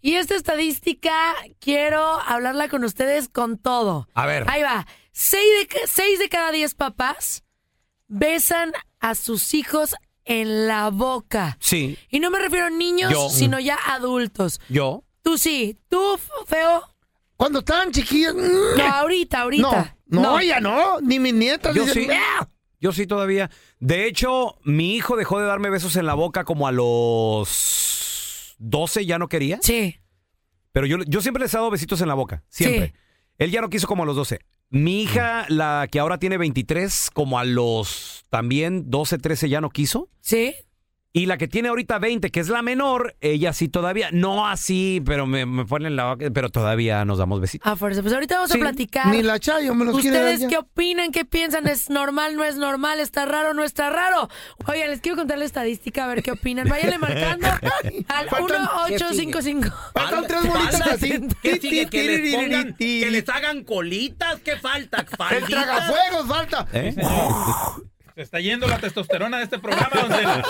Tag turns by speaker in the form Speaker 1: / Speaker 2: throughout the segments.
Speaker 1: Y esta estadística quiero hablarla con ustedes con todo.
Speaker 2: A ver.
Speaker 1: Ahí va. Seis de, ca- seis de cada diez papás besan a sus hijos en la boca.
Speaker 2: Sí,
Speaker 1: Y no me refiero a niños,
Speaker 2: Yo.
Speaker 1: sino ya adultos.
Speaker 2: yo.
Speaker 1: Tú sí, tú, feo.
Speaker 3: Cuando estaban chiquillos. mm,
Speaker 1: No, ahorita,
Speaker 3: No,
Speaker 1: ahorita.
Speaker 3: no, ya no. Ni mis nietas
Speaker 2: Yo
Speaker 3: dicen,
Speaker 2: sí.
Speaker 3: "Ah".
Speaker 2: Yo sí todavía. De hecho, mi hijo dejó de darme besos en la boca como a los 12, ya no quería.
Speaker 1: Sí.
Speaker 2: Pero yo, yo siempre les he dado besitos en la boca, siempre.
Speaker 1: Sí.
Speaker 2: Él ya no quiso como a los 12. Mi hija, la que ahora tiene 23, como a los también 12, 13 ya no quiso.
Speaker 1: Sí.
Speaker 2: Y la que tiene ahorita 20, que es la menor, ella sí todavía, no así, pero me, me pone en la boca, pero todavía nos damos besitos.
Speaker 1: A fuerza. Pues ahorita vamos
Speaker 2: Sí,
Speaker 1: a platicar.
Speaker 3: Ni la Chayo me los quiere dar
Speaker 1: ¿Ustedes
Speaker 3: ya.
Speaker 1: qué opinan? ¿Qué piensan? ¿Es normal? ¿No es normal? ¿Está raro? ¿No está raro? Oigan, les quiero contar la estadística, a ver qué opinan. Váyanle marcando al
Speaker 3: Faltan-
Speaker 1: 1855.
Speaker 3: Faltan tres bolitas así.
Speaker 4: ¿Qué sigue? ¿Que les, pongan- que les hagan colitas? ¿Qué falta?
Speaker 3: El
Speaker 4: ¿Falditas?
Speaker 3: tragafuegos falta.
Speaker 2: ¿Eh?
Speaker 5: Se está yendo la testosterona de este programa, don Tela.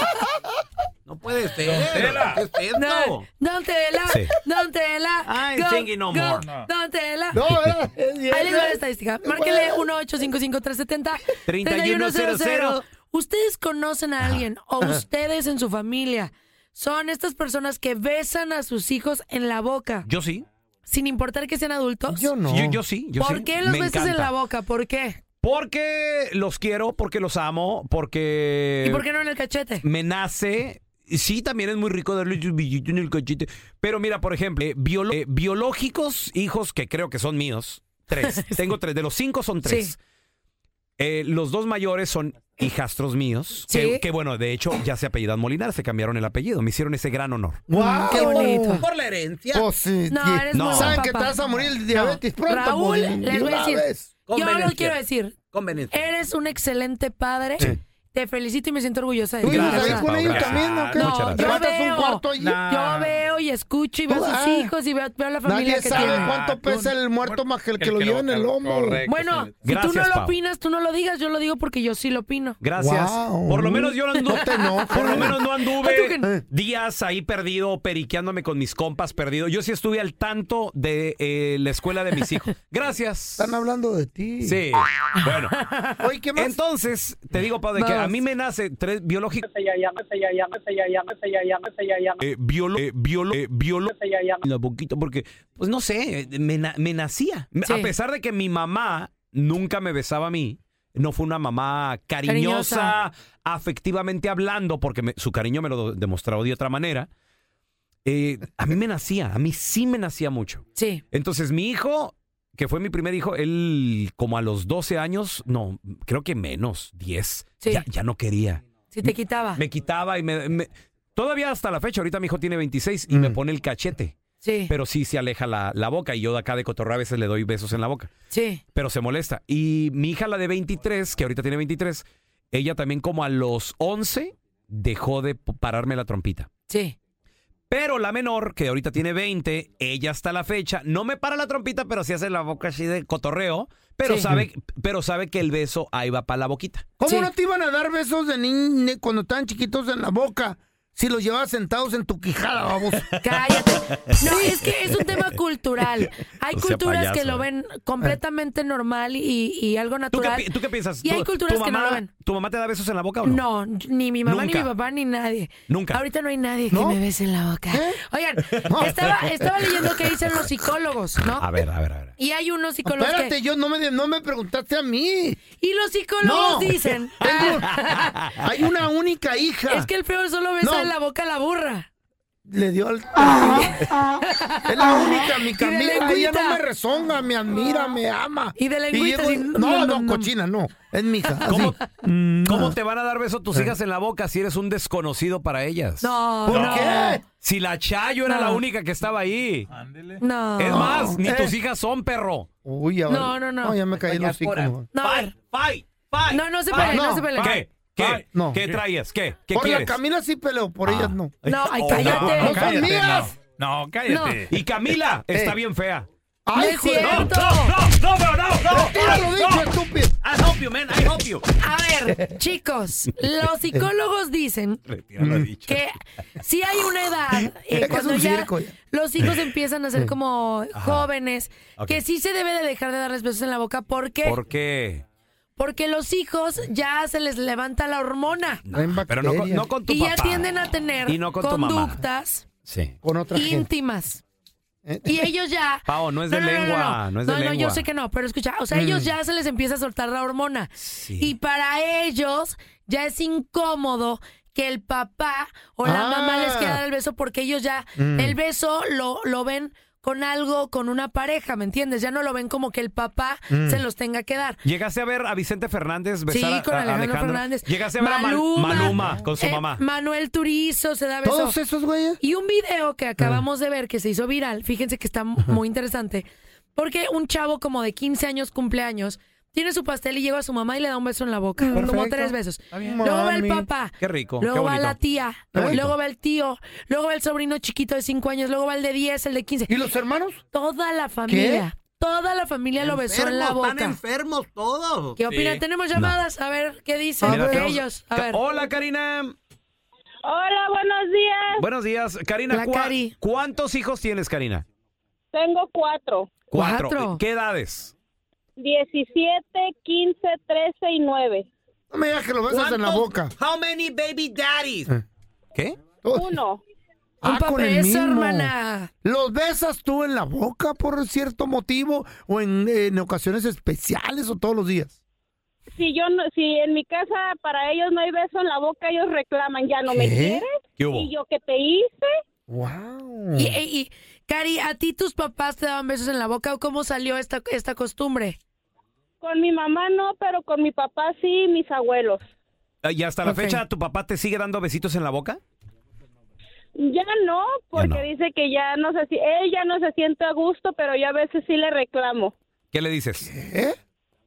Speaker 2: No puede
Speaker 5: Don Tela.
Speaker 1: No, Don Tela,
Speaker 2: Sí.
Speaker 1: Don Tela.
Speaker 2: I'm
Speaker 1: go,
Speaker 2: thinking no
Speaker 1: go,
Speaker 2: more.
Speaker 5: No.
Speaker 1: Don Tela.
Speaker 3: No, era-
Speaker 1: Ahí les va la estadística. Márquele 1855370
Speaker 2: 3100.
Speaker 1: Ustedes conocen a alguien o ustedes en su familia son estas personas que besan a sus hijos en la boca,
Speaker 2: Yo sí,
Speaker 1: sin importar que sean adultos.
Speaker 3: Yo no.
Speaker 2: yo, yo sí, yo
Speaker 1: ¿Por
Speaker 2: sí.
Speaker 1: qué los
Speaker 2: Me
Speaker 1: besas en
Speaker 2: encanta.
Speaker 1: la boca? ¿Por qué?
Speaker 2: Porque los quiero, porque los amo, porque...
Speaker 1: ¿Y por qué no en el cachete?
Speaker 2: me nace. Sí, también es muy rico darle un billete en el cachete. Pero mira, por ejemplo, eh, biolo- eh, biológicos hijos que creo que son míos. Tres. Tengo tres. De los cinco son tres.
Speaker 1: Sí.
Speaker 2: Eh, los dos mayores son hijastros míos.
Speaker 1: Sí.
Speaker 2: Que, que, bueno, de hecho, ya se apellidan Molinar, se cambiaron el apellido. Me hicieron ese gran honor.
Speaker 3: ¡Guau!
Speaker 1: Qué bonito.
Speaker 4: Por la herencia.
Speaker 3: Pues sí,
Speaker 1: No,
Speaker 3: sí.
Speaker 1: eres
Speaker 2: No.
Speaker 1: muy buen
Speaker 3: Saben que te
Speaker 1: papá.
Speaker 3: vas a morir de diabetes pronto.
Speaker 1: Raúl,
Speaker 3: pues, de
Speaker 1: les voy a
Speaker 3: una
Speaker 1: decir,
Speaker 3: vez.
Speaker 1: Yo lo
Speaker 4: Conveniencia.
Speaker 1: quiero decir.
Speaker 4: Conveniencia.
Speaker 1: Eres un excelente padre.
Speaker 2: Sí.
Speaker 1: Te felicito y me siento orgullosa de
Speaker 3: ¿Tú
Speaker 1: ti.
Speaker 3: ibas
Speaker 1: la
Speaker 3: a ir
Speaker 1: verdad.
Speaker 3: con
Speaker 2: Pau,
Speaker 3: ellos
Speaker 2: gracias.
Speaker 3: también o qué?
Speaker 2: Muchas
Speaker 1: No,
Speaker 2: gracias.
Speaker 1: yo
Speaker 3: ¿Levantas un
Speaker 1: veo,
Speaker 3: cuarto allí?
Speaker 5: Nah.
Speaker 2: Ah.
Speaker 1: yo veo y escucho y veo a sus
Speaker 3: Ah.
Speaker 1: hijos y veo, veo a la familia
Speaker 3: Nadie
Speaker 1: que
Speaker 3: sabe
Speaker 1: tienen.
Speaker 3: cuánto pesa el Ah, muerto más que el que lo lleva en el hombro.
Speaker 5: Correcto,
Speaker 1: Bueno,
Speaker 5: sí.
Speaker 1: si tú no
Speaker 2: Gracias,
Speaker 1: lo
Speaker 2: Pau.
Speaker 1: opinas, tú no lo digas, yo lo digo porque yo sí lo opino.
Speaker 2: Gracias.
Speaker 3: Guau.
Speaker 2: Por lo menos yo no anduve.
Speaker 3: No te enojes.
Speaker 2: por lo menos no
Speaker 1: Ay, tú que no.
Speaker 2: anduve días ahí perdido, periqueándome con mis compas perdido. Yo sí estuve al tanto de eh, la escuela de mis hijos. Gracias.
Speaker 3: Están hablando de ti.
Speaker 2: Sí. Bueno.
Speaker 3: Oye, ¿qué más?
Speaker 2: Entonces, te digo, Pau, de que a mí me nace tres biológicos. biolo, eh, biolo, eh, biolo. La poquito, porque, pues no sé, eh, me, na- me nacía. Me-
Speaker 1: Sí.
Speaker 2: A pesar de que mi mamá nunca me besaba a mí, no fue una mamá cariñosa,
Speaker 1: Cariñosa.
Speaker 2: afectivamente hablando, porque me- su cariño me lo demostraba de otra manera. eh, a mí me nacía, a mí sí me nacía mucho.
Speaker 1: Sí.
Speaker 2: Entonces, mi hijo que fue mi primer hijo, él como a los 12 años, no, creo que menos, 10,
Speaker 1: Sí. Ah.
Speaker 2: ya, ya no quería.
Speaker 1: Si te quitaba.
Speaker 2: Me quitaba y me, me- Todavía hasta la fecha, ahorita mi hijo tiene 26 y me pone el cachete.
Speaker 1: Sí.
Speaker 2: Pero sí se aleja la, la boca y yo de acá de cotorra a veces le doy besos en la boca.
Speaker 1: Sí.
Speaker 2: Pero se molesta. Y mi hija, la de 23, que ahorita tiene 23, ella también como a los 11 dejó de p- pararme la trompita.
Speaker 1: Sí.
Speaker 2: Pero la menor, que ahorita tiene 20, ella hasta la fecha, no me para la trompita, pero sí hace la boca así de cotorreo, pero,
Speaker 3: Sí.
Speaker 2: sabe, pero sabe que el beso ahí va para la boquita.
Speaker 3: ¿Cómo no te iban a dar besos de niño cuando estaban chiquitos en la boca? Si los llevabas sentados en tu quijada, vamos.
Speaker 1: Cállate. No, es que es un tema cultural. Hay
Speaker 3: O sea,
Speaker 1: culturas
Speaker 3: payaso,
Speaker 1: que lo
Speaker 3: eh.
Speaker 1: ven completamente normal y, y algo
Speaker 2: ¿Tú qué,
Speaker 1: natural.
Speaker 2: pi- tú qué piensas?
Speaker 1: Y hay
Speaker 2: ¿Tu-
Speaker 1: culturas
Speaker 2: tu
Speaker 1: que no
Speaker 2: mamá-
Speaker 1: lo ven.
Speaker 2: ¿Tu mamá te da besos en la boca o no?
Speaker 1: No, ni mi mamá, ni
Speaker 2: Nunca.
Speaker 1: mi papá, ni nadie.
Speaker 2: Nunca. ¿Eh?
Speaker 1: Ahorita no hay nadie que me bese en la boca. Oigan, estaba, estaba leyendo qué dicen los psicólogos, ¿no?
Speaker 2: A ver, a ver, a ver.
Speaker 1: Y hay unos psicólogos
Speaker 3: Espérate,
Speaker 1: que...
Speaker 3: yo no me, no me preguntaste a mí.
Speaker 1: Y los psicólogos dicen...
Speaker 3: Tengo- hay una única hija.
Speaker 1: Es que el feo solo besa
Speaker 3: No.
Speaker 1: en la boca a la burra.
Speaker 3: Le dio al. es la única, mi
Speaker 1: Ah. Y de
Speaker 3: Camila. Ella
Speaker 1: lengüita.
Speaker 3: no me rezonga, me admira, me ama.
Speaker 1: Y de lengüita,
Speaker 3: llego-
Speaker 1: así,
Speaker 3: No, no, cochina, no. Es mi hija. así.
Speaker 2: ¿Cómo, cómo te van a dar besos tus hijas en la boca si eres un desconocido para ellas?
Speaker 1: No,
Speaker 3: ¿Por no. qué?
Speaker 2: Si la Chayo era
Speaker 1: No.
Speaker 2: la única que estaba ahí.
Speaker 1: No.
Speaker 2: Es más, ni
Speaker 3: Eh.
Speaker 2: tus hijas son, perro.
Speaker 3: Uy, ahora.
Speaker 1: No, no, no.
Speaker 3: ya me caí en los
Speaker 2: Doña Cora.
Speaker 3: hocico.
Speaker 1: No, a ver. No, no se
Speaker 2: Bye.
Speaker 1: peleen, no,
Speaker 3: No,
Speaker 1: se peleen.
Speaker 2: ¿Qué? ¿Qué?
Speaker 3: No.
Speaker 2: ¿Qué traías? ¿Qué? ¿Qué
Speaker 3: Por
Speaker 2: quieres?
Speaker 3: la Camila sí peleo, por ellas no.
Speaker 1: No, ay,
Speaker 2: Oh,
Speaker 1: cállate.
Speaker 3: no, cállate.
Speaker 5: Cállate,
Speaker 3: mías!
Speaker 5: No, no, cállate.
Speaker 2: Y Camila
Speaker 3: Eh.
Speaker 2: está bien fea.
Speaker 1: No
Speaker 3: ¡Ay,
Speaker 1: es
Speaker 3: hijo de-
Speaker 1: cierto.
Speaker 2: no, no, no, no.
Speaker 3: ¡Tira lo dicho, estúpido!
Speaker 2: I hope you, man. I hope you.
Speaker 1: A ver, chicos, los psicólogos dicen
Speaker 2: Retira
Speaker 3: Mm.
Speaker 2: lo dicho.
Speaker 1: que si hay una edad eh,
Speaker 3: Es
Speaker 1: cuando
Speaker 3: un
Speaker 1: ya
Speaker 3: circo ya.
Speaker 1: los hijos empiezan a ser como jóvenes,
Speaker 2: Ok.
Speaker 1: que sí se debe de dejar de darles besos en la boca porque
Speaker 2: ¿Por qué?
Speaker 1: porque los hijos ya se les levanta la hormona
Speaker 3: Traen
Speaker 2: Ah, Pero no, con-
Speaker 3: bacterias.
Speaker 2: no con tu
Speaker 1: y
Speaker 2: papá.
Speaker 1: ya tienden a tener
Speaker 2: Y no con tu mamá.
Speaker 1: conductas
Speaker 2: Sí.
Speaker 3: Con otra gente.
Speaker 1: íntimas.
Speaker 3: Eh.
Speaker 1: Y ellos ya.
Speaker 2: Pao, no es de lengua, no es de
Speaker 1: yo
Speaker 2: lengua. Mm.
Speaker 1: sé que no, pero escucha, o sea, ellos ya se les empieza a soltar la hormona.
Speaker 2: Sí.
Speaker 1: Y para ellos ya es incómodo que el papá o la
Speaker 3: Ah.
Speaker 1: mamá les quiera dar el beso porque ellos ya
Speaker 2: Mm.
Speaker 1: el beso lo, lo ven con algo, con una pareja, ¿me entiendes? Ya no lo ven como que el papá se los tenga que dar.
Speaker 2: Llegaste a ver a Vicente Fernández
Speaker 1: Sí,
Speaker 2: Mm. besar a-
Speaker 1: con
Speaker 2: a,
Speaker 1: Alejandro,
Speaker 2: Alejandro
Speaker 1: Fernández.
Speaker 2: Llegaste a ver a Mal- Maluma con su
Speaker 1: eh,
Speaker 2: mamá.
Speaker 1: Manuel Turizo se da beso.
Speaker 3: Todos esos güeyes.
Speaker 1: Y un video que acabamos de ver que se hizo viral, fíjense que está muy interesante, porque un chavo como de 15 años cumpleaños tiene su pastel y llega a su mamá y le da un beso en la boca, como
Speaker 3: perfecto.
Speaker 1: tres besos.
Speaker 3: bien.
Speaker 1: Luego va el
Speaker 3: Mami.
Speaker 1: papá,
Speaker 2: Qué rico, qué
Speaker 1: luego va
Speaker 2: bonito.
Speaker 1: la tía,
Speaker 3: Qué bonito.
Speaker 1: luego va el tío, luego va el sobrino chiquito de 5 años, luego va el de 10, el de 15.
Speaker 3: ¿Y los hermanos?
Speaker 1: Toda la familia, toda la familia lo besó en la boca.
Speaker 4: enfermos todos.
Speaker 1: ¿Qué opinan? Tenemos llamadas, a ver qué dicen
Speaker 2: Mira, tenemos-
Speaker 1: ellos. A ver.
Speaker 2: Hola, Karina.
Speaker 6: Hola, buenos días.
Speaker 2: Buenos días. Karina,
Speaker 1: La
Speaker 2: ¿cuá-
Speaker 1: Cari.
Speaker 2: ¿cuántos hijos tienes, Karina?
Speaker 6: Tengo cuatro.
Speaker 1: Cuatro.
Speaker 2: ¿Qué edades?
Speaker 6: 17, 15, 13 y 9.
Speaker 3: No me digas que lo besas en la boca. Eh. Oh,
Speaker 4: How many baby daddies?
Speaker 2: ¿Qué?
Speaker 6: Uno.
Speaker 1: Un
Speaker 3: Ah, con el
Speaker 1: papeso,
Speaker 3: mismo.
Speaker 1: hermana.
Speaker 3: ¿Los besas tú en la boca por cierto motivo o en, en ocasiones especiales o todos los días?
Speaker 6: Si yo no, si en mi casa para ellos no hay beso en la boca, ellos reclaman, ya no me
Speaker 3: ¿Qué?
Speaker 6: quieres.
Speaker 2: ¿Qué hubo?
Speaker 6: Y yo que te hice.
Speaker 3: ¡Wow!
Speaker 1: Y, y- y, Cari, ¿a ti tus papás te daban besos en la boca o cómo salió esta, esta costumbre?
Speaker 6: Con mi mamá no, pero con mi papá sí, y mis abuelos.
Speaker 2: Ah, ¿Y hasta la
Speaker 1: Ok.
Speaker 2: fecha tu papá te sigue dando besitos en la boca?
Speaker 6: Ya no, porque
Speaker 2: no.
Speaker 6: dice que ya no sé si él ya no se siente a gusto, pero yo a veces sí le reclamo
Speaker 2: ¿Qué le dices?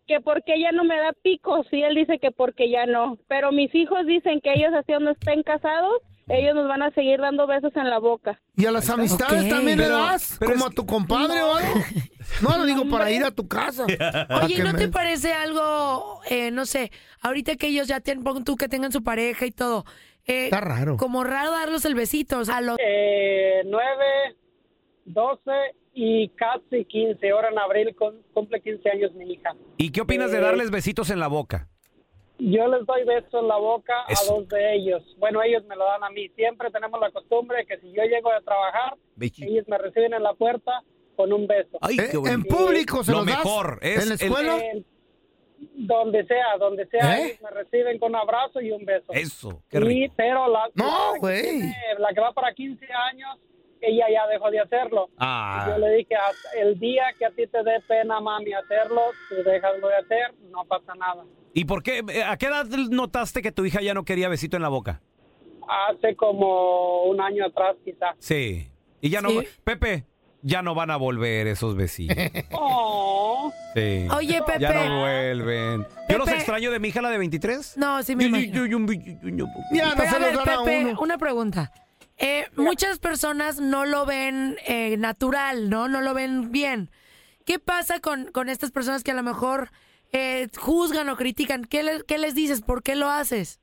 Speaker 6: que porque ya no me da picos y él dice que porque ya no. Pero mis hijos dicen que ellos así no estén casados, ellos nos van a seguir dando besos en la boca.
Speaker 3: ¿Y a las amistades
Speaker 1: Ok.
Speaker 3: también le
Speaker 1: Pero-
Speaker 3: das?
Speaker 2: pero
Speaker 3: ¿Como
Speaker 2: es-
Speaker 3: a tu compadre o algo? No, lo digo para ir a tu casa. Para
Speaker 1: Oye,
Speaker 3: que
Speaker 1: ¿no
Speaker 3: me-
Speaker 1: te parece algo, eh, no sé, ahorita que ellos ya tienen, pon tú que tengan su pareja y todo, eh,
Speaker 3: Está raro.
Speaker 1: como raro darles el besito, o sea, los...
Speaker 6: 9, 12 y casi 15. Ahora en abril cumple 15 años mi hija.
Speaker 2: ¿Y qué opinas
Speaker 6: Eh.
Speaker 2: de darles besitos en la boca?
Speaker 6: Yo les doy besos en la boca
Speaker 2: Eso.
Speaker 6: a dos de ellos. Bueno, ellos me lo dan a mí. Siempre tenemos la costumbre de que si yo llego a trabajar,
Speaker 2: Besito.
Speaker 6: ellos me reciben en la puerta con un beso.
Speaker 2: Ay,
Speaker 3: Eh,
Speaker 2: qué
Speaker 3: en
Speaker 2: bonito.
Speaker 3: público se
Speaker 2: Lo
Speaker 3: los das?
Speaker 2: mejor es
Speaker 3: ¿En la
Speaker 2: el-
Speaker 3: escuela?
Speaker 6: En- donde sea, donde sea,
Speaker 3: ¿Eh?
Speaker 6: ellos me reciben con un abrazo y un beso.
Speaker 2: Eso, qué
Speaker 6: Sí,
Speaker 2: rico.
Speaker 6: pero la,
Speaker 3: No,
Speaker 6: la que
Speaker 3: güey.
Speaker 6: tiene- la que va para 15 años, ella ya dejó de hacerlo.
Speaker 2: Ah.
Speaker 6: Yo le dije, "Hasta el día que a ti te dé pena, mami, hacerlo, tú déjalo de hacer, no pasa nada.
Speaker 2: ¿Y por qué? Eh, ¿A qué edad notaste que tu hija ya no quería besito en la boca?
Speaker 6: Hace como un año atrás, quizás.
Speaker 2: Sí. Y ya no. Pepe, ya no van a volver esos besitos. Sí.
Speaker 1: Oye, Pepe.
Speaker 2: Ya no vuelven. ¿Yo los extraño de mi hija, la de 23?
Speaker 1: No, sí me imagino.
Speaker 2: Ya no
Speaker 1: Pero
Speaker 2: se
Speaker 1: a
Speaker 2: los
Speaker 1: ver,
Speaker 2: dan a
Speaker 1: Pepe,
Speaker 2: uno.
Speaker 1: una pregunta. Eh, muchas personas no lo ven eh, natural, ¿no? No lo ven bien. ¿Qué pasa con, con estas personas que a lo mejor eh, juzgan o critican? ¿Qué, le- ¿Qué les dices? ¿Por qué lo haces?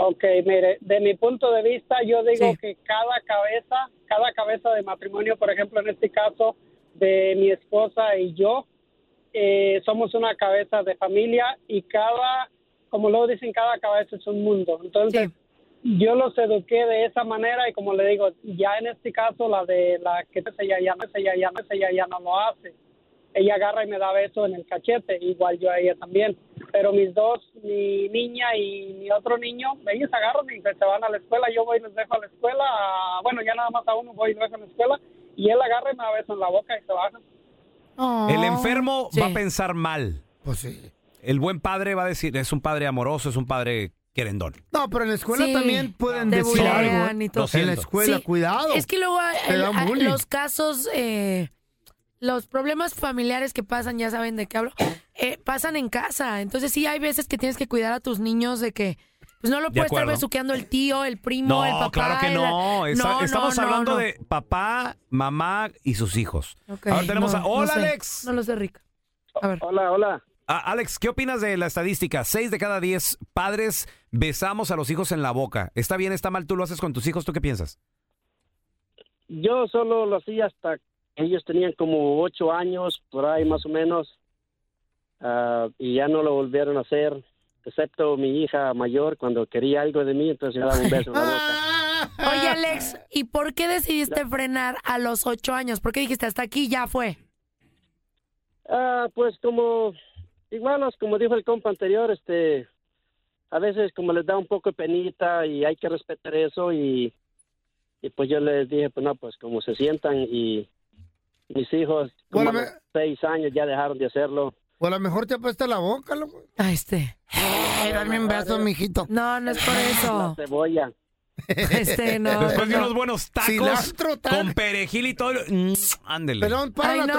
Speaker 6: Ok, mire, de mi punto de vista, yo digo que cada cabeza, cada cabeza de matrimonio, por ejemplo, en este caso de mi esposa y yo, eh, somos una cabeza de familia y cada, como luego dicen, cada cabeza es un mundo. Entonces, yo los eduqué de esa manera y como le digo, ya en este caso, la de la que ella ya, no- ella ya, no- ella ya no lo hace ella agarra y me da beso en el cachete, igual yo a ella también. Pero mis dos, mi niña y mi otro niño, ellos agarran y se van a la escuela, yo voy y les dejo a la escuela, a- bueno, ya nada más a uno voy y lo dejo en la escuela, y él agarra y me da beso en la boca y se baja.
Speaker 1: Ah,
Speaker 2: El enfermo
Speaker 6: Sí.
Speaker 2: va a pensar mal. Pues sí. El buen padre va a decir, es un padre amoroso, es un padre querendón.
Speaker 3: No, pero en la escuela
Speaker 1: Sí.
Speaker 3: también pueden
Speaker 1: Te
Speaker 3: decir
Speaker 1: bulean
Speaker 3: algo. ¿eh?
Speaker 1: y todo.
Speaker 3: En la escuela,
Speaker 1: Sí.
Speaker 3: cuidado.
Speaker 1: Es que luego
Speaker 3: Te
Speaker 1: el-
Speaker 3: dan
Speaker 1: a-
Speaker 3: bullying.
Speaker 1: los casos, eh, los problemas familiares que pasan, ya saben de qué hablo, eh, pasan en casa. Entonces sí hay veces que tienes que cuidar a tus niños de que pues no lo
Speaker 2: De
Speaker 1: puedes estar
Speaker 2: acuerdo.
Speaker 1: besuqueando el tío, el primo,
Speaker 2: No,
Speaker 1: el papá.
Speaker 2: claro que
Speaker 1: el-
Speaker 2: no. Está-
Speaker 1: No, no,
Speaker 2: estamos
Speaker 1: no,
Speaker 2: hablando
Speaker 1: no.
Speaker 2: de papá, mamá y sus hijos.
Speaker 1: Ok,
Speaker 2: Ahora tenemos
Speaker 1: no,
Speaker 2: a... Hola,
Speaker 1: no sé.
Speaker 2: Alex.
Speaker 1: No lo sé, Rick.
Speaker 7: Hola, hola.
Speaker 2: A- Alex, ¿qué opinas de la estadística? Seis de cada diez padres besamos a los hijos en la boca. ¿Está bien, está mal? ¿Tú lo haces con tus hijos? ¿Tú qué piensas?
Speaker 7: Yo solo lo hacía hasta que ellos tenían como ocho años, por ahí más o menos, ah, y ya no lo volvieron a hacer, excepto mi hija mayor cuando quería algo de mí, entonces me daba un beso en la boca.
Speaker 3: Ah.
Speaker 1: Oye, Alex, ¿y por qué decidiste frenar a los ocho años? ¿Por qué dijiste hasta aquí ya fue?
Speaker 7: Ah, pues como, igual, as- como dijo el compa anterior, este, a veces como les da un poco de penita y hay que respetar eso y, y pues yo les dije, pues no, pues como se sientan y mis hijos, como a los seis años ya dejaron de hacerlo.
Speaker 3: O a lo mejor te apesta la boca, loco.
Speaker 1: Ah, este.
Speaker 3: Ay, dame un beso, mijito.
Speaker 1: No, no es por eso.
Speaker 7: cebolla.
Speaker 1: Este, no.
Speaker 2: Después de unos buenos tacos
Speaker 3: Cilantro, tal.
Speaker 2: con perejil y todo. mm, Ándele.
Speaker 3: Pelón, para
Speaker 1: Ay,
Speaker 3: la
Speaker 1: no. ¿Mm?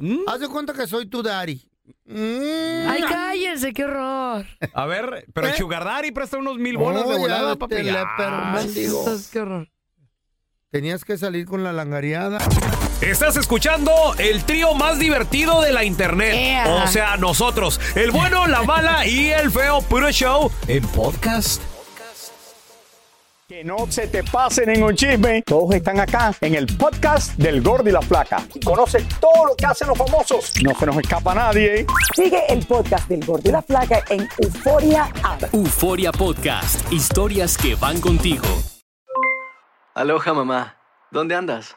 Speaker 3: trompita. Haz de cuenta que soy tu daddy.
Speaker 1: Ay, cállense, qué horror.
Speaker 2: A ver, pero el Sugar Daddy presta unos mil bolas
Speaker 3: Oh,
Speaker 2: de
Speaker 3: ¿Eh? ya
Speaker 2: volada,
Speaker 3: vete
Speaker 2: papi.
Speaker 3: la
Speaker 2: Ah,
Speaker 3: pero mendigo.
Speaker 1: qué horror.
Speaker 3: Tenías que salir con la langareada.
Speaker 2: Estás escuchando el trío más divertido de la internet.
Speaker 3: Ea.
Speaker 2: O sea, nosotros. El bueno, la mala y el feo puro show en podcast.
Speaker 8: Que no se te pase ningún chisme. Todos están acá en el podcast del Gordi y la Flaca. Y conoce todo lo que hacen los famosos. No se nos escapa nadie. Sigue el podcast del Gordi y la Flaca en Euforia
Speaker 9: Euforia Podcast, historias que van contigo.
Speaker 10: Aloha mamá, ¿dónde andas?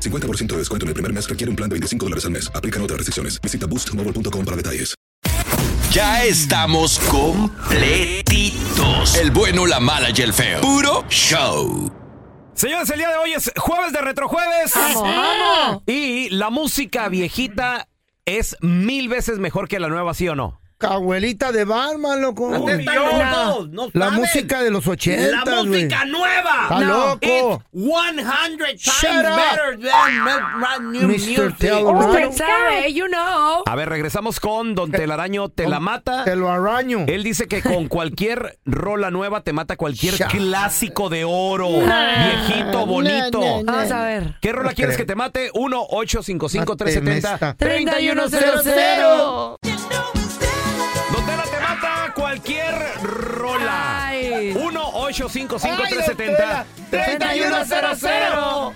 Speaker 11: 50% de descuento en el primer mes requiere un plan de 25 dólares al mes. Aplican otras restricciones. Visita boostmobile.com para detalles.
Speaker 12: Ya estamos completitos. El bueno, la mala y el feo. Puro show.
Speaker 2: Señores, el día de hoy es jueves de retrojueves.
Speaker 12: ¡Vamos, vamos!
Speaker 2: Y la música viejita es mil veces mejor que la nueva, ¿sí o no?
Speaker 3: Cabuelita de Batman, loco.
Speaker 2: ¿Dónde están los dos? No
Speaker 3: la
Speaker 2: saben.
Speaker 3: música de los 80.
Speaker 4: La música nueva.
Speaker 3: Está
Speaker 4: No.
Speaker 3: loco.
Speaker 4: It's 100 times
Speaker 3: Shut up.
Speaker 4: better than ma- brand new
Speaker 3: Mr.
Speaker 4: music.
Speaker 3: Telaraño.
Speaker 1: Sorry, you know.
Speaker 2: A ver, regresamos con Don Telaraño Te la mata.
Speaker 3: Te lo araño.
Speaker 2: Él dice que con cualquier rola nueva te mata cualquier
Speaker 3: Ya.
Speaker 2: clásico de oro.
Speaker 3: Nah.
Speaker 2: Viejito, bonito.
Speaker 3: Nah, nah, nah.
Speaker 1: Vamos a ver.
Speaker 2: ¿Qué rola
Speaker 3: No
Speaker 2: quieres que
Speaker 3: creo.
Speaker 2: te mate?
Speaker 3: Máteme esta.
Speaker 2: 1-855-370-3100. Donde te mata cualquier rola.
Speaker 1: Ay.
Speaker 2: 1-855-370-3100.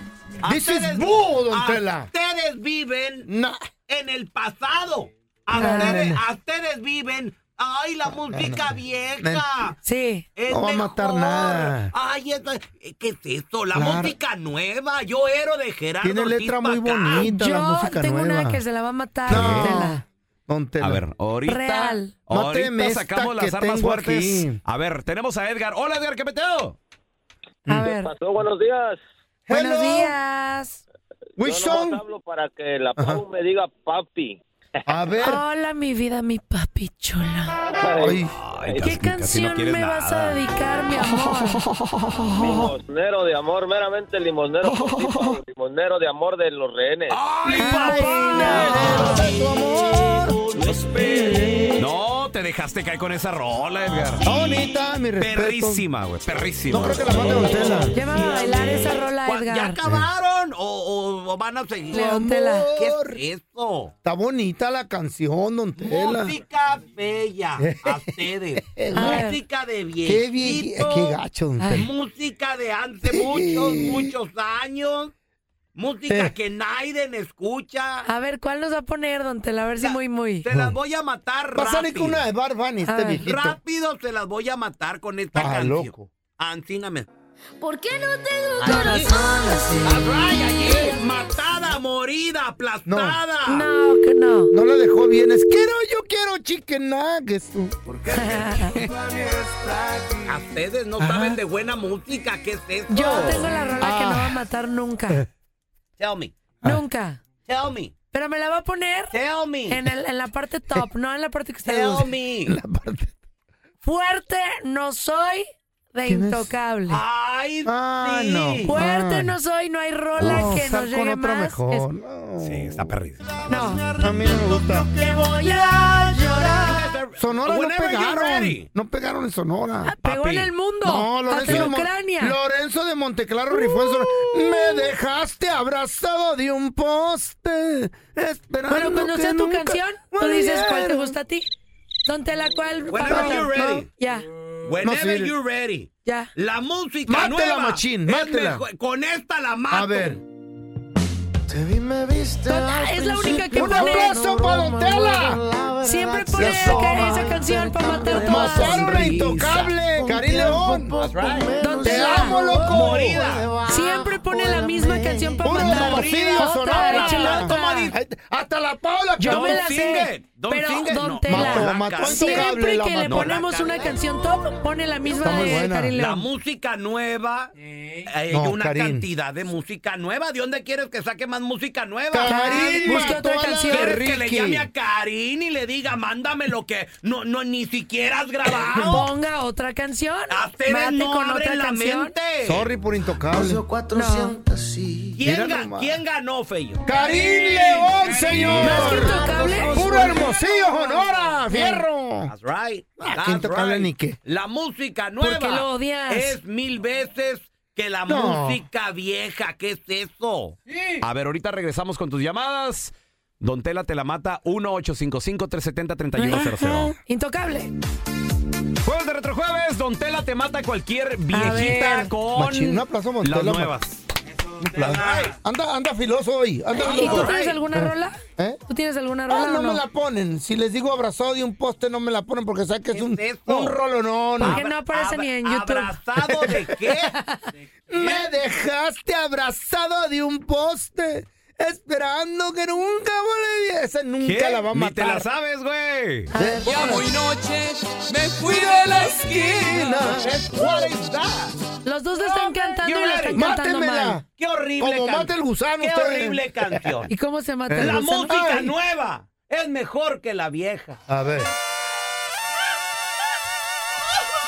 Speaker 3: This is bull, Don Tela.
Speaker 4: Ustedes viven
Speaker 3: Nah.
Speaker 4: en el pasado. A,
Speaker 3: No, no,
Speaker 4: ustedes,
Speaker 3: no, no.
Speaker 4: a ustedes viven. Ay, la música vieja.
Speaker 1: Sí.
Speaker 4: Es
Speaker 3: No va a matar
Speaker 4: mejor.
Speaker 3: nada.
Speaker 4: Ay, es la- ¿qué es esto? La
Speaker 3: Claro.
Speaker 4: música nueva. Yo ero de Gerardo.
Speaker 3: Tiene
Speaker 4: Ortiz
Speaker 3: letra
Speaker 4: pa'
Speaker 3: muy
Speaker 4: acá.
Speaker 3: bonita la
Speaker 1: Yo
Speaker 3: música
Speaker 1: tengo
Speaker 3: nueva.
Speaker 1: una que se la va a matar.
Speaker 3: No.
Speaker 1: Tela.
Speaker 3: Don Tela.
Speaker 2: A ver, ahorita,
Speaker 1: Real.
Speaker 2: ahorita
Speaker 3: Máteme esta
Speaker 2: sacamos
Speaker 3: que
Speaker 2: las armas
Speaker 3: tengo
Speaker 2: fuertes.
Speaker 3: aquí.
Speaker 2: A ver, tenemos a Edgar. Hola, Edgar, ¿qué meteo?
Speaker 1: A ver.
Speaker 7: Pasó, buenos días.
Speaker 1: Buenos
Speaker 3: Hello.
Speaker 1: días.
Speaker 3: Which
Speaker 7: Yo nomás
Speaker 3: song?
Speaker 7: hablo para que la Pau me diga papi.
Speaker 3: A ver.
Speaker 1: Hola, mi vida, mi papi chula.
Speaker 3: Ay,
Speaker 1: ¿Qué canción me vas a dedicar, mi amor?
Speaker 7: Limosnero de amor, meramente limosnero. por ti, Pau, Limosnero de amor de los rehenes.
Speaker 2: ¡Ay, papá! No, te dejaste caer con esa rola, Edgar.
Speaker 3: está bonita, mi respeto.
Speaker 2: Perrísima, güey, perrísima.
Speaker 3: No creo que la mande Don Tela.
Speaker 1: Ya me va a bailar esa rola,
Speaker 4: ¿Cuá- ¿Ya
Speaker 1: Edgar.
Speaker 4: acabaron? ¿O, o- o van a seguir?
Speaker 1: Leontela.
Speaker 4: ¿Qué es esto?
Speaker 3: Está bonita la canción, Don Tela.
Speaker 4: Música bella a ustedes. música de viejito.
Speaker 3: Qué vie- qué gacho, Don Tela.
Speaker 4: Música de hace muchos, muchos años. Música
Speaker 3: Eh.
Speaker 4: que Naiden escucha.
Speaker 1: A ver, ¿cuál nos va a poner, don Tela? A ver si muy, muy.
Speaker 4: Te las voy a matar
Speaker 3: Ah. Va a salir
Speaker 4: rápido.
Speaker 3: con una de Bad Bunny,
Speaker 1: A
Speaker 3: este
Speaker 1: ver.
Speaker 3: viejito.
Speaker 4: Rápido se las voy a matar con esta
Speaker 3: Ah,
Speaker 4: canción.
Speaker 3: loco.
Speaker 4: Ancíname.
Speaker 13: ¿Por qué no tengo
Speaker 4: Allí.
Speaker 13: corazón
Speaker 4: All
Speaker 13: así?
Speaker 4: right, allí. Matada, morida, aplastada.
Speaker 1: No, que no.
Speaker 3: No la dejó bien. Es quiero, yo quiero chicken nuggets. tú.
Speaker 4: A ustedes no saben de buena música. ¿Qué es esto?
Speaker 1: Yo tengo la rola que no va a matar nunca.
Speaker 4: Tell me.
Speaker 1: Nunca.
Speaker 4: Tell me.
Speaker 1: Pero me la va a poner
Speaker 4: Tell me.
Speaker 1: en, el- en la parte top, no en la parte que está
Speaker 4: Tell
Speaker 1: dulce.
Speaker 4: me.
Speaker 1: Fuerte no soy de
Speaker 3: ¿Quién es?
Speaker 1: intocable.
Speaker 4: Ay,
Speaker 3: Ah,
Speaker 4: sí.
Speaker 3: no.
Speaker 1: Fuerte
Speaker 3: Ay.
Speaker 1: no soy, no hay rola
Speaker 3: No,
Speaker 1: que
Speaker 3: Oh, sal
Speaker 1: nos
Speaker 3: con
Speaker 1: llegue
Speaker 3: otra
Speaker 1: más.
Speaker 3: mejor.
Speaker 1: Es-
Speaker 3: No.
Speaker 2: Sí, está perrísima.
Speaker 1: no.
Speaker 3: A mí no me gusta.
Speaker 4: Le voy a llorar.
Speaker 3: Sonora no
Speaker 4: Whenever you're
Speaker 3: pegaron.
Speaker 4: ready.
Speaker 3: No pegaron en Sonora.
Speaker 1: Pegó
Speaker 2: Papi.
Speaker 1: en el mundo.
Speaker 3: No, Lorenzo
Speaker 1: hasta
Speaker 3: de,
Speaker 1: en
Speaker 3: Mon-
Speaker 1: Ucrania. Uh.
Speaker 3: Lorenzo de Monteclaro rifó en Sonora. Me dejaste abrazado de un poste. Esperando
Speaker 1: Bueno, cuando
Speaker 3: que
Speaker 1: sea tu
Speaker 3: nunca
Speaker 1: canción, tú dices cuál te
Speaker 3: volviera.
Speaker 1: gusta a ti. Don Tela, ¿cuál?
Speaker 4: Whenever
Speaker 1: Papá,
Speaker 4: you're
Speaker 1: no,
Speaker 4: ready.
Speaker 1: Ya,
Speaker 4: Whenever
Speaker 3: sirve.
Speaker 4: you're ready.
Speaker 1: ya.
Speaker 4: La música
Speaker 3: Mátela,
Speaker 4: nueva.
Speaker 3: machín,
Speaker 4: es
Speaker 3: mátela.
Speaker 4: mejor- Con esta la mato.
Speaker 3: A ver. Te vi, me viste.
Speaker 1: Don- ah, es la única que
Speaker 3: ¡Un
Speaker 1: pone.
Speaker 3: abrazo para Don Tela!
Speaker 1: Siempre
Speaker 3: Se
Speaker 1: pone ca-
Speaker 3: asoma.
Speaker 1: esa canción para matar
Speaker 3: Mataron
Speaker 1: todas.
Speaker 3: a Intocable, Karim León.
Speaker 1: Don
Speaker 3: ¡Te
Speaker 1: Tela.
Speaker 3: amo, loco!
Speaker 4: Morida.
Speaker 1: Siempre pone la misma canción para
Speaker 3: ¡Puro
Speaker 1: matar.
Speaker 3: homicidio,
Speaker 1: Otra,
Speaker 3: Sonora!
Speaker 1: échale otra.
Speaker 3: Ahí te- ¡Hasta la Paula!
Speaker 1: Yo me la
Speaker 2: sing
Speaker 1: sé.
Speaker 2: it, don't
Speaker 1: pero
Speaker 2: sing it,
Speaker 1: Don
Speaker 2: no.
Speaker 1: Tela,
Speaker 3: Mató, mató a Intocable,
Speaker 1: siempre
Speaker 3: la
Speaker 1: que le
Speaker 3: mató.
Speaker 1: ponemos una canción top, pone la misma
Speaker 3: Está muy
Speaker 1: de
Speaker 3: buena.
Speaker 1: Karim
Speaker 4: La
Speaker 1: León.
Speaker 4: música nueva. Hay
Speaker 3: No,
Speaker 4: una
Speaker 3: Karim.
Speaker 4: cantidad de música nueva. ¿De dónde quieres que saque más música nueva?
Speaker 3: Karim
Speaker 1: Busca
Speaker 3: mató
Speaker 1: otra
Speaker 3: a la
Speaker 1: canción.
Speaker 4: ¿Quieres que le
Speaker 3: Ricky.
Speaker 4: llame a Karim y le diga, mándame lo que no, no ni siquiera has grabado?
Speaker 1: Ponga otra canción.
Speaker 4: A ustedes
Speaker 1: mate
Speaker 4: no
Speaker 1: con
Speaker 4: abren
Speaker 1: otra
Speaker 4: la
Speaker 1: canción.
Speaker 4: mente.
Speaker 3: Sorry por Intocable.
Speaker 1: No.
Speaker 4: ¿Quién,
Speaker 3: Mira
Speaker 4: ga-
Speaker 3: nomás.
Speaker 4: quién ganó, Feyo?
Speaker 3: ¡Karim León, señor!
Speaker 1: Más que Intocable.
Speaker 3: ¡Puro hermosillo, Sonora! ¡Fierro!
Speaker 4: That's right.
Speaker 3: Ah,
Speaker 4: That's
Speaker 3: ¿quién tocaba
Speaker 4: right.
Speaker 3: ni qué?
Speaker 4: La música
Speaker 1: ¿Por
Speaker 4: nueva
Speaker 1: qué lo odias?
Speaker 4: es mil veces que la
Speaker 3: No.
Speaker 4: música vieja. ¿Qué es eso?
Speaker 2: A ver, ahorita regresamos con tus llamadas. Don Tela te la mata
Speaker 1: Ah,
Speaker 2: 1-855-370-3100.
Speaker 1: Intocable. ah.
Speaker 2: Jueves de retrojueves, Don Tela te mata cualquier viejita
Speaker 1: ver.
Speaker 2: con
Speaker 3: Machín, un aplauso, Don
Speaker 2: las
Speaker 3: Tela.
Speaker 2: nuevas.
Speaker 3: Anda, anda filoso hoy. Anda
Speaker 1: ¿Y tú
Speaker 3: filoso.
Speaker 1: tienes alguna rola?
Speaker 3: ¿Eh?
Speaker 1: ¿Tú tienes alguna rola
Speaker 3: Ah,
Speaker 1: o
Speaker 3: no me
Speaker 1: no?
Speaker 3: la ponen. Si les digo abrazado de un poste, no me la ponen porque saben que es un,
Speaker 4: ¿Qué es eso?
Speaker 3: un rolonón.
Speaker 1: ¿Por qué no aparece ni en YouTube?
Speaker 4: ¿Abrazado de qué?
Speaker 3: Me dejaste abrazado de un poste. esperando que nunca volviera. Esa nunca
Speaker 14: ¿Qué?
Speaker 3: la va a
Speaker 14: Ni te
Speaker 3: matar.
Speaker 14: la sabes, güey.
Speaker 3: Llamo
Speaker 15: y noches me
Speaker 3: fui de la esquina. What is that?
Speaker 1: Los dos le están cantando y la están cantando mal.
Speaker 3: ¡Mátemela!
Speaker 2: ¡Qué horrible
Speaker 3: Como
Speaker 2: can-
Speaker 3: mata el gusano.
Speaker 2: ¡Qué
Speaker 3: usted.
Speaker 2: horrible canción!
Speaker 1: ¿Y cómo se mata el
Speaker 2: La
Speaker 1: gusano?
Speaker 2: música
Speaker 1: Ay.
Speaker 2: nueva es mejor que la vieja.
Speaker 3: A ver.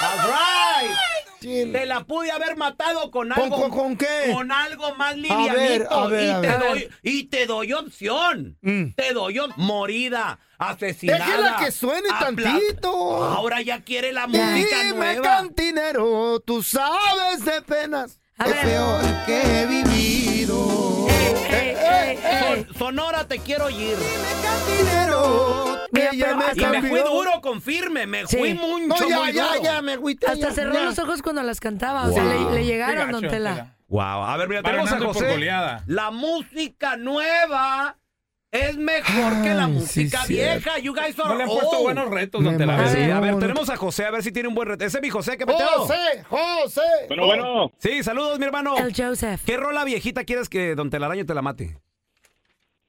Speaker 2: All right. Te la pude haber matado con
Speaker 3: ¿Con-
Speaker 2: algo.
Speaker 3: con- con qué?
Speaker 2: Con algo más
Speaker 3: A ver,
Speaker 2: livianito.
Speaker 3: a ver,
Speaker 2: y,
Speaker 3: a
Speaker 2: te
Speaker 3: ver. Mm.
Speaker 2: Doy, y te doy opción. Te doy op- morida, asesinada.
Speaker 3: Déjela que suene
Speaker 2: apla-
Speaker 3: tantito.
Speaker 2: Ahora ya quiere la música
Speaker 3: Dime,
Speaker 2: nueva.
Speaker 3: cantinero, tú sabes de penas. Es peor que he vivido.
Speaker 2: Eh, eh, Son- Sonora, te quiero ir.
Speaker 3: Cantinero,
Speaker 1: Mira,
Speaker 3: ella
Speaker 1: pero
Speaker 3: me
Speaker 2: Y me
Speaker 3: cambió.
Speaker 2: fui duro con firme, me
Speaker 1: Sí.
Speaker 2: fui mucho,
Speaker 3: No, ya,
Speaker 2: muy
Speaker 3: ya,
Speaker 2: duro.
Speaker 3: ya, me agüité,
Speaker 1: Hasta
Speaker 3: ya,
Speaker 1: cerró
Speaker 3: ya.
Speaker 1: los ojos cuando las cantaba. O sea,
Speaker 14: Wow.
Speaker 1: le, le
Speaker 14: Qué
Speaker 1: llegaron,
Speaker 14: gacho,
Speaker 1: don Tela.
Speaker 14: Wow. A ver, mira,
Speaker 11: Va
Speaker 14: tenemos a
Speaker 11: ganando por
Speaker 14: José.
Speaker 11: goleada.
Speaker 2: La música nueva es mejor que
Speaker 3: Ah,
Speaker 2: la música vieja. You guys are
Speaker 11: No le han puesto
Speaker 2: old.
Speaker 11: buenos retos,
Speaker 14: No
Speaker 11: don
Speaker 14: te la ves.
Speaker 11: Tela.
Speaker 14: Sí, a ver, tenemos a José, a ver si tiene un buen reto. Ese es mi José, ¿qué peteo?
Speaker 3: Oh, José, José.
Speaker 14: Sí, saludos, mi hermano.
Speaker 1: El Joseph.
Speaker 14: ¿Qué rola viejita quieres que Don Telaraño te la mate?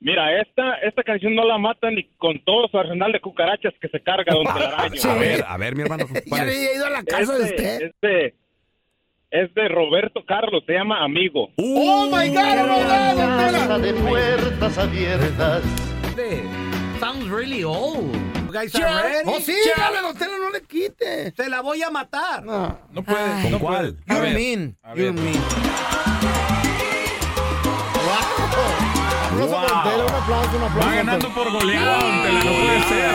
Speaker 4: Mira, esta, esta canción no la mata ni con todo su arsenal de cucarachas que se carga Don Telaraño.
Speaker 14: A ver, a ver, mi hermano.
Speaker 3: Ya
Speaker 14: ¿cuál es?
Speaker 3: había ido a la casa de usted.
Speaker 4: Este es de Roberto Carlos, se llama Amigo.
Speaker 3: ¡Oh, my God! ¡Roberto!
Speaker 16: de puertas abiertas.
Speaker 2: Sounds really old. You guys are
Speaker 3: Ya.
Speaker 2: ready?
Speaker 3: Oh, sí,
Speaker 2: Ya.
Speaker 3: dale, don Tela, no le quite.
Speaker 2: Te la voy a matar.
Speaker 3: No.
Speaker 11: No puede.
Speaker 14: ¿Con
Speaker 11: no
Speaker 14: cuál?
Speaker 11: puede. A
Speaker 3: You're
Speaker 11: ver,
Speaker 3: mean.
Speaker 11: a ver.
Speaker 3: You're mean. Wow. Un aplauso para don Tela, un aplauso, un aplauso.
Speaker 11: Va ganando por goleada, don Tela. No puede ser.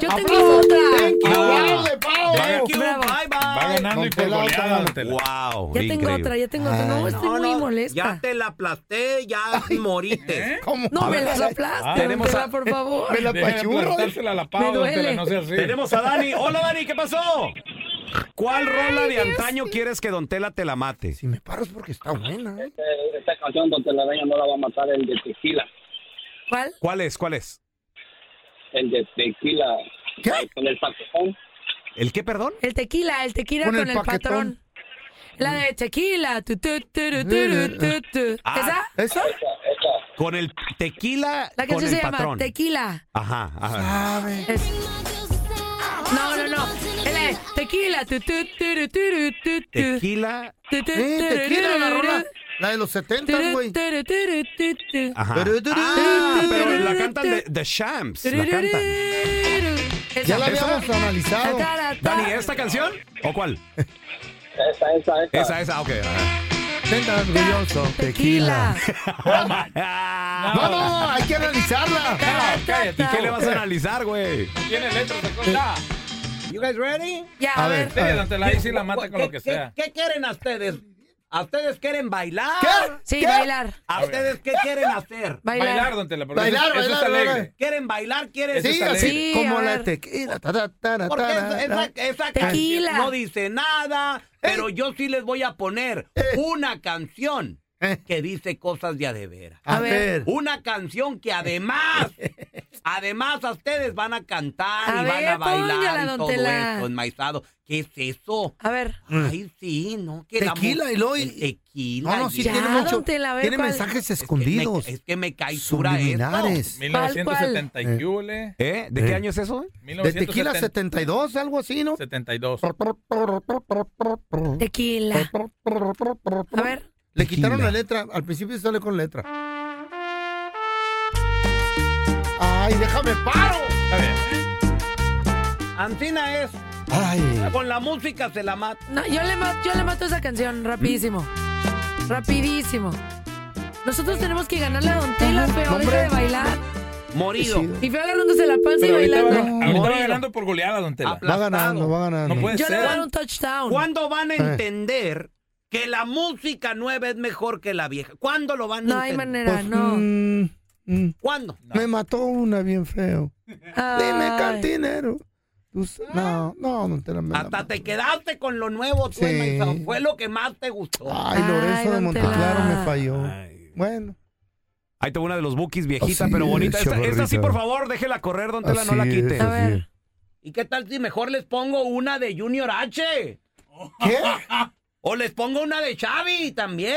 Speaker 1: Yo tengo otra.
Speaker 3: Ah.
Speaker 11: Thank you,
Speaker 1: Bravo.
Speaker 2: Bye,
Speaker 11: Va
Speaker 2: bye.
Speaker 11: ganando y por
Speaker 3: Tela,
Speaker 11: goleada, don Tela.
Speaker 14: Wow.
Speaker 1: Ya tengo
Speaker 14: increíble.
Speaker 1: otra, ya tengo otra. No, estoy muy
Speaker 2: Ya
Speaker 1: molesta.
Speaker 2: te la aplasté, ya moriste.
Speaker 3: ¿Cómo?
Speaker 1: No me
Speaker 14: ver,
Speaker 1: las aplaste, don
Speaker 14: tenemos a-
Speaker 1: Tela, por favor.
Speaker 3: Me la
Speaker 11: Deja de
Speaker 3: apachurro.
Speaker 11: aplastársela a la pava,
Speaker 1: Me
Speaker 11: don Tela.
Speaker 1: duele.
Speaker 11: No sea así.
Speaker 14: Tenemos a Dani. Hola, Dani, ¿qué pasó? ¿Cuál rola de antaño quieres que Don Tela te la mate?
Speaker 3: Si me paras porque está buena. ¿eh?
Speaker 6: Esta canción Don Telaraño no la va a matar el de tequila.
Speaker 1: ¿Cuál?
Speaker 14: ¿Cuál es? ¿Cuál es?
Speaker 6: El de tequila. Con el patrón.
Speaker 14: ¿El qué, perdón?
Speaker 1: El tequila, el tequila
Speaker 3: Con
Speaker 1: con,
Speaker 3: el
Speaker 1: el,
Speaker 3: paquetón.
Speaker 1: patrón. La de tequila. tu, tu, tu, tu, tu, tu, tu.
Speaker 14: Ah.
Speaker 1: ¿Esa?
Speaker 3: ¿Esa?
Speaker 14: Con el tequila
Speaker 1: La
Speaker 14: con el
Speaker 1: canción se llama
Speaker 14: patrón.
Speaker 1: Tequila.
Speaker 14: Ajá, ajá.
Speaker 3: Sabe.
Speaker 1: Es- No, no, no. Es la de tequila. tu, tu, tu, tu, tu, tu, tu.
Speaker 14: Tequila.
Speaker 1: Tu, tu,
Speaker 3: Eh,
Speaker 1: tu,
Speaker 3: tequila, la
Speaker 1: tu,
Speaker 3: rola.
Speaker 1: tu,
Speaker 3: La de los 70, güey.
Speaker 1: tu, tu, tu, tu, tu.
Speaker 14: Ajá.
Speaker 3: Pero-
Speaker 14: Ah, pero la cantan de, The Shams. La cantan.
Speaker 1: Esa.
Speaker 3: Ya la
Speaker 14: ¿Esa?
Speaker 3: habíamos analizado.
Speaker 1: Tarara,
Speaker 14: Dani,
Speaker 1: tarara.
Speaker 14: ¿esta canción? ¿O cuál?
Speaker 6: Esa, esa, esa.
Speaker 14: Esa, esa, ok. ajá.
Speaker 3: Senta orgulloso.
Speaker 1: Tequila.
Speaker 14: Ah,
Speaker 3: No, no, hay que analizarla.
Speaker 11: Cállate.
Speaker 14: ¿Y qué le vas a analizar, güey?
Speaker 11: Tiene letras de cola.
Speaker 2: You guys ready?
Speaker 1: Ya,
Speaker 3: A
Speaker 1: a
Speaker 3: ver.
Speaker 1: ver.
Speaker 11: Sí, don Tela. Ahí sí la mata con
Speaker 2: ¿Qué-
Speaker 11: lo que
Speaker 2: qué-
Speaker 11: sea.
Speaker 2: ¿Qué quieren a ustedes? ¿A ustedes quieren bailar?
Speaker 1: Sí, bailar.
Speaker 2: ¿A ustedes qué quieren hacer?
Speaker 11: Bailar,
Speaker 1: Bailar.
Speaker 11: don Tela. porque
Speaker 3: Bailar,
Speaker 11: eso- eso
Speaker 3: bailar,
Speaker 11: está alegre.
Speaker 3: bailar.
Speaker 2: ¿Quieren bailar? ¿Quieren
Speaker 3: Sí,
Speaker 11: Eso está
Speaker 3: así
Speaker 1: alegre.
Speaker 3: como
Speaker 1: Sí, a
Speaker 3: la
Speaker 1: ver.
Speaker 3: tequila. Tara, tara,
Speaker 2: Porque esa,
Speaker 3: tara,
Speaker 2: esa, esa canción
Speaker 1: Tequila.
Speaker 2: no dice nada, pero yo sí les voy a poner una canción
Speaker 3: Eh.
Speaker 2: que dice cosas de a de veras.
Speaker 3: A
Speaker 1: A
Speaker 3: ver.
Speaker 1: ver.
Speaker 2: Una canción que además, además a ustedes van a cantar
Speaker 1: A
Speaker 2: y van
Speaker 1: ver,
Speaker 2: a bailar
Speaker 1: póngala,
Speaker 2: y
Speaker 1: don
Speaker 2: todo
Speaker 1: Tela.
Speaker 2: eso enmaizado. ¿Qué es eso?
Speaker 1: A ver.
Speaker 2: Ay, sí, ¿no? Que la mu-
Speaker 3: Mm. Tequila, Eloy.
Speaker 2: el Tequila.
Speaker 3: No, no, sí
Speaker 2: ya.
Speaker 3: tiene
Speaker 1: Ya,
Speaker 3: mucho.
Speaker 1: don Tela, a ver,
Speaker 3: Tiene
Speaker 1: ¿cuál?
Speaker 3: mensajes
Speaker 2: Es que me-
Speaker 3: escondidos.
Speaker 2: Es que me cae dura esto.
Speaker 3: Subliminares.
Speaker 11: 1970 y Yule.
Speaker 14: ¿Eh? ¿De
Speaker 3: Eh.
Speaker 14: qué año es eso?
Speaker 3: De tequila 72, algo así, ¿no?
Speaker 11: 72.
Speaker 1: Tequila. A ver.
Speaker 3: Le quitaron la letra. Al principio sale con letra. ¡Ay, déjame paro!
Speaker 11: Está bien.
Speaker 2: Antina es,
Speaker 3: ¡Ay!
Speaker 2: con la música se la mata.
Speaker 1: No, yo le, ma- yo le mato esa
Speaker 11: Mm.
Speaker 1: canción rapidísimo. Rapidísimo. Nosotros tenemos que ganarle a Don Tela, pero deja de bailar.
Speaker 2: Morido.
Speaker 1: Y fue agarrándose la panza y
Speaker 11: Pero ahorita va,
Speaker 1: bailando.
Speaker 11: ahorita va
Speaker 3: Morido.
Speaker 11: ganando por goleada, don Tela.
Speaker 2: Apla-
Speaker 3: Va ganando, va Eh. ganando.
Speaker 11: No puede
Speaker 1: Yo le voy a dar
Speaker 11: ser.
Speaker 1: un touchdown.
Speaker 2: ¿Cuándo van a entender que la música nueva es mejor que la vieja? ¿Cuándo lo van a
Speaker 1: No hay
Speaker 2: entender?
Speaker 1: manera,
Speaker 3: Pues,
Speaker 1: no.
Speaker 3: mm, mm,
Speaker 2: ¿Cuándo?
Speaker 3: Me mató una bien feo. Dime, cantinero. Tú s- No, no, no te la me la
Speaker 2: Hasta
Speaker 3: mato.
Speaker 2: te quedaste con lo nuevo, tú,
Speaker 3: Sí. Ah.
Speaker 2: Maizao. Fue lo que más te gustó.
Speaker 3: Ay,
Speaker 1: Ay,
Speaker 3: Lorenzo de
Speaker 1: don Tela.
Speaker 3: Monteclaro me falló.
Speaker 14: Ay.
Speaker 3: Bueno.
Speaker 14: Ahí tengo una de los bookies viejita,
Speaker 3: Oh, sí,
Speaker 14: pero bonita. Esta,
Speaker 3: chaparrita.
Speaker 14: esta sí, por favor, déjela correr, don Tela, no la
Speaker 3: así es,
Speaker 14: quite.
Speaker 1: A ver.
Speaker 3: así es.
Speaker 2: ¿Y qué tal si mejor les pongo una de Junior H?
Speaker 3: ¿Qué?
Speaker 2: O les pongo una de Xavi también.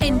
Speaker 17: En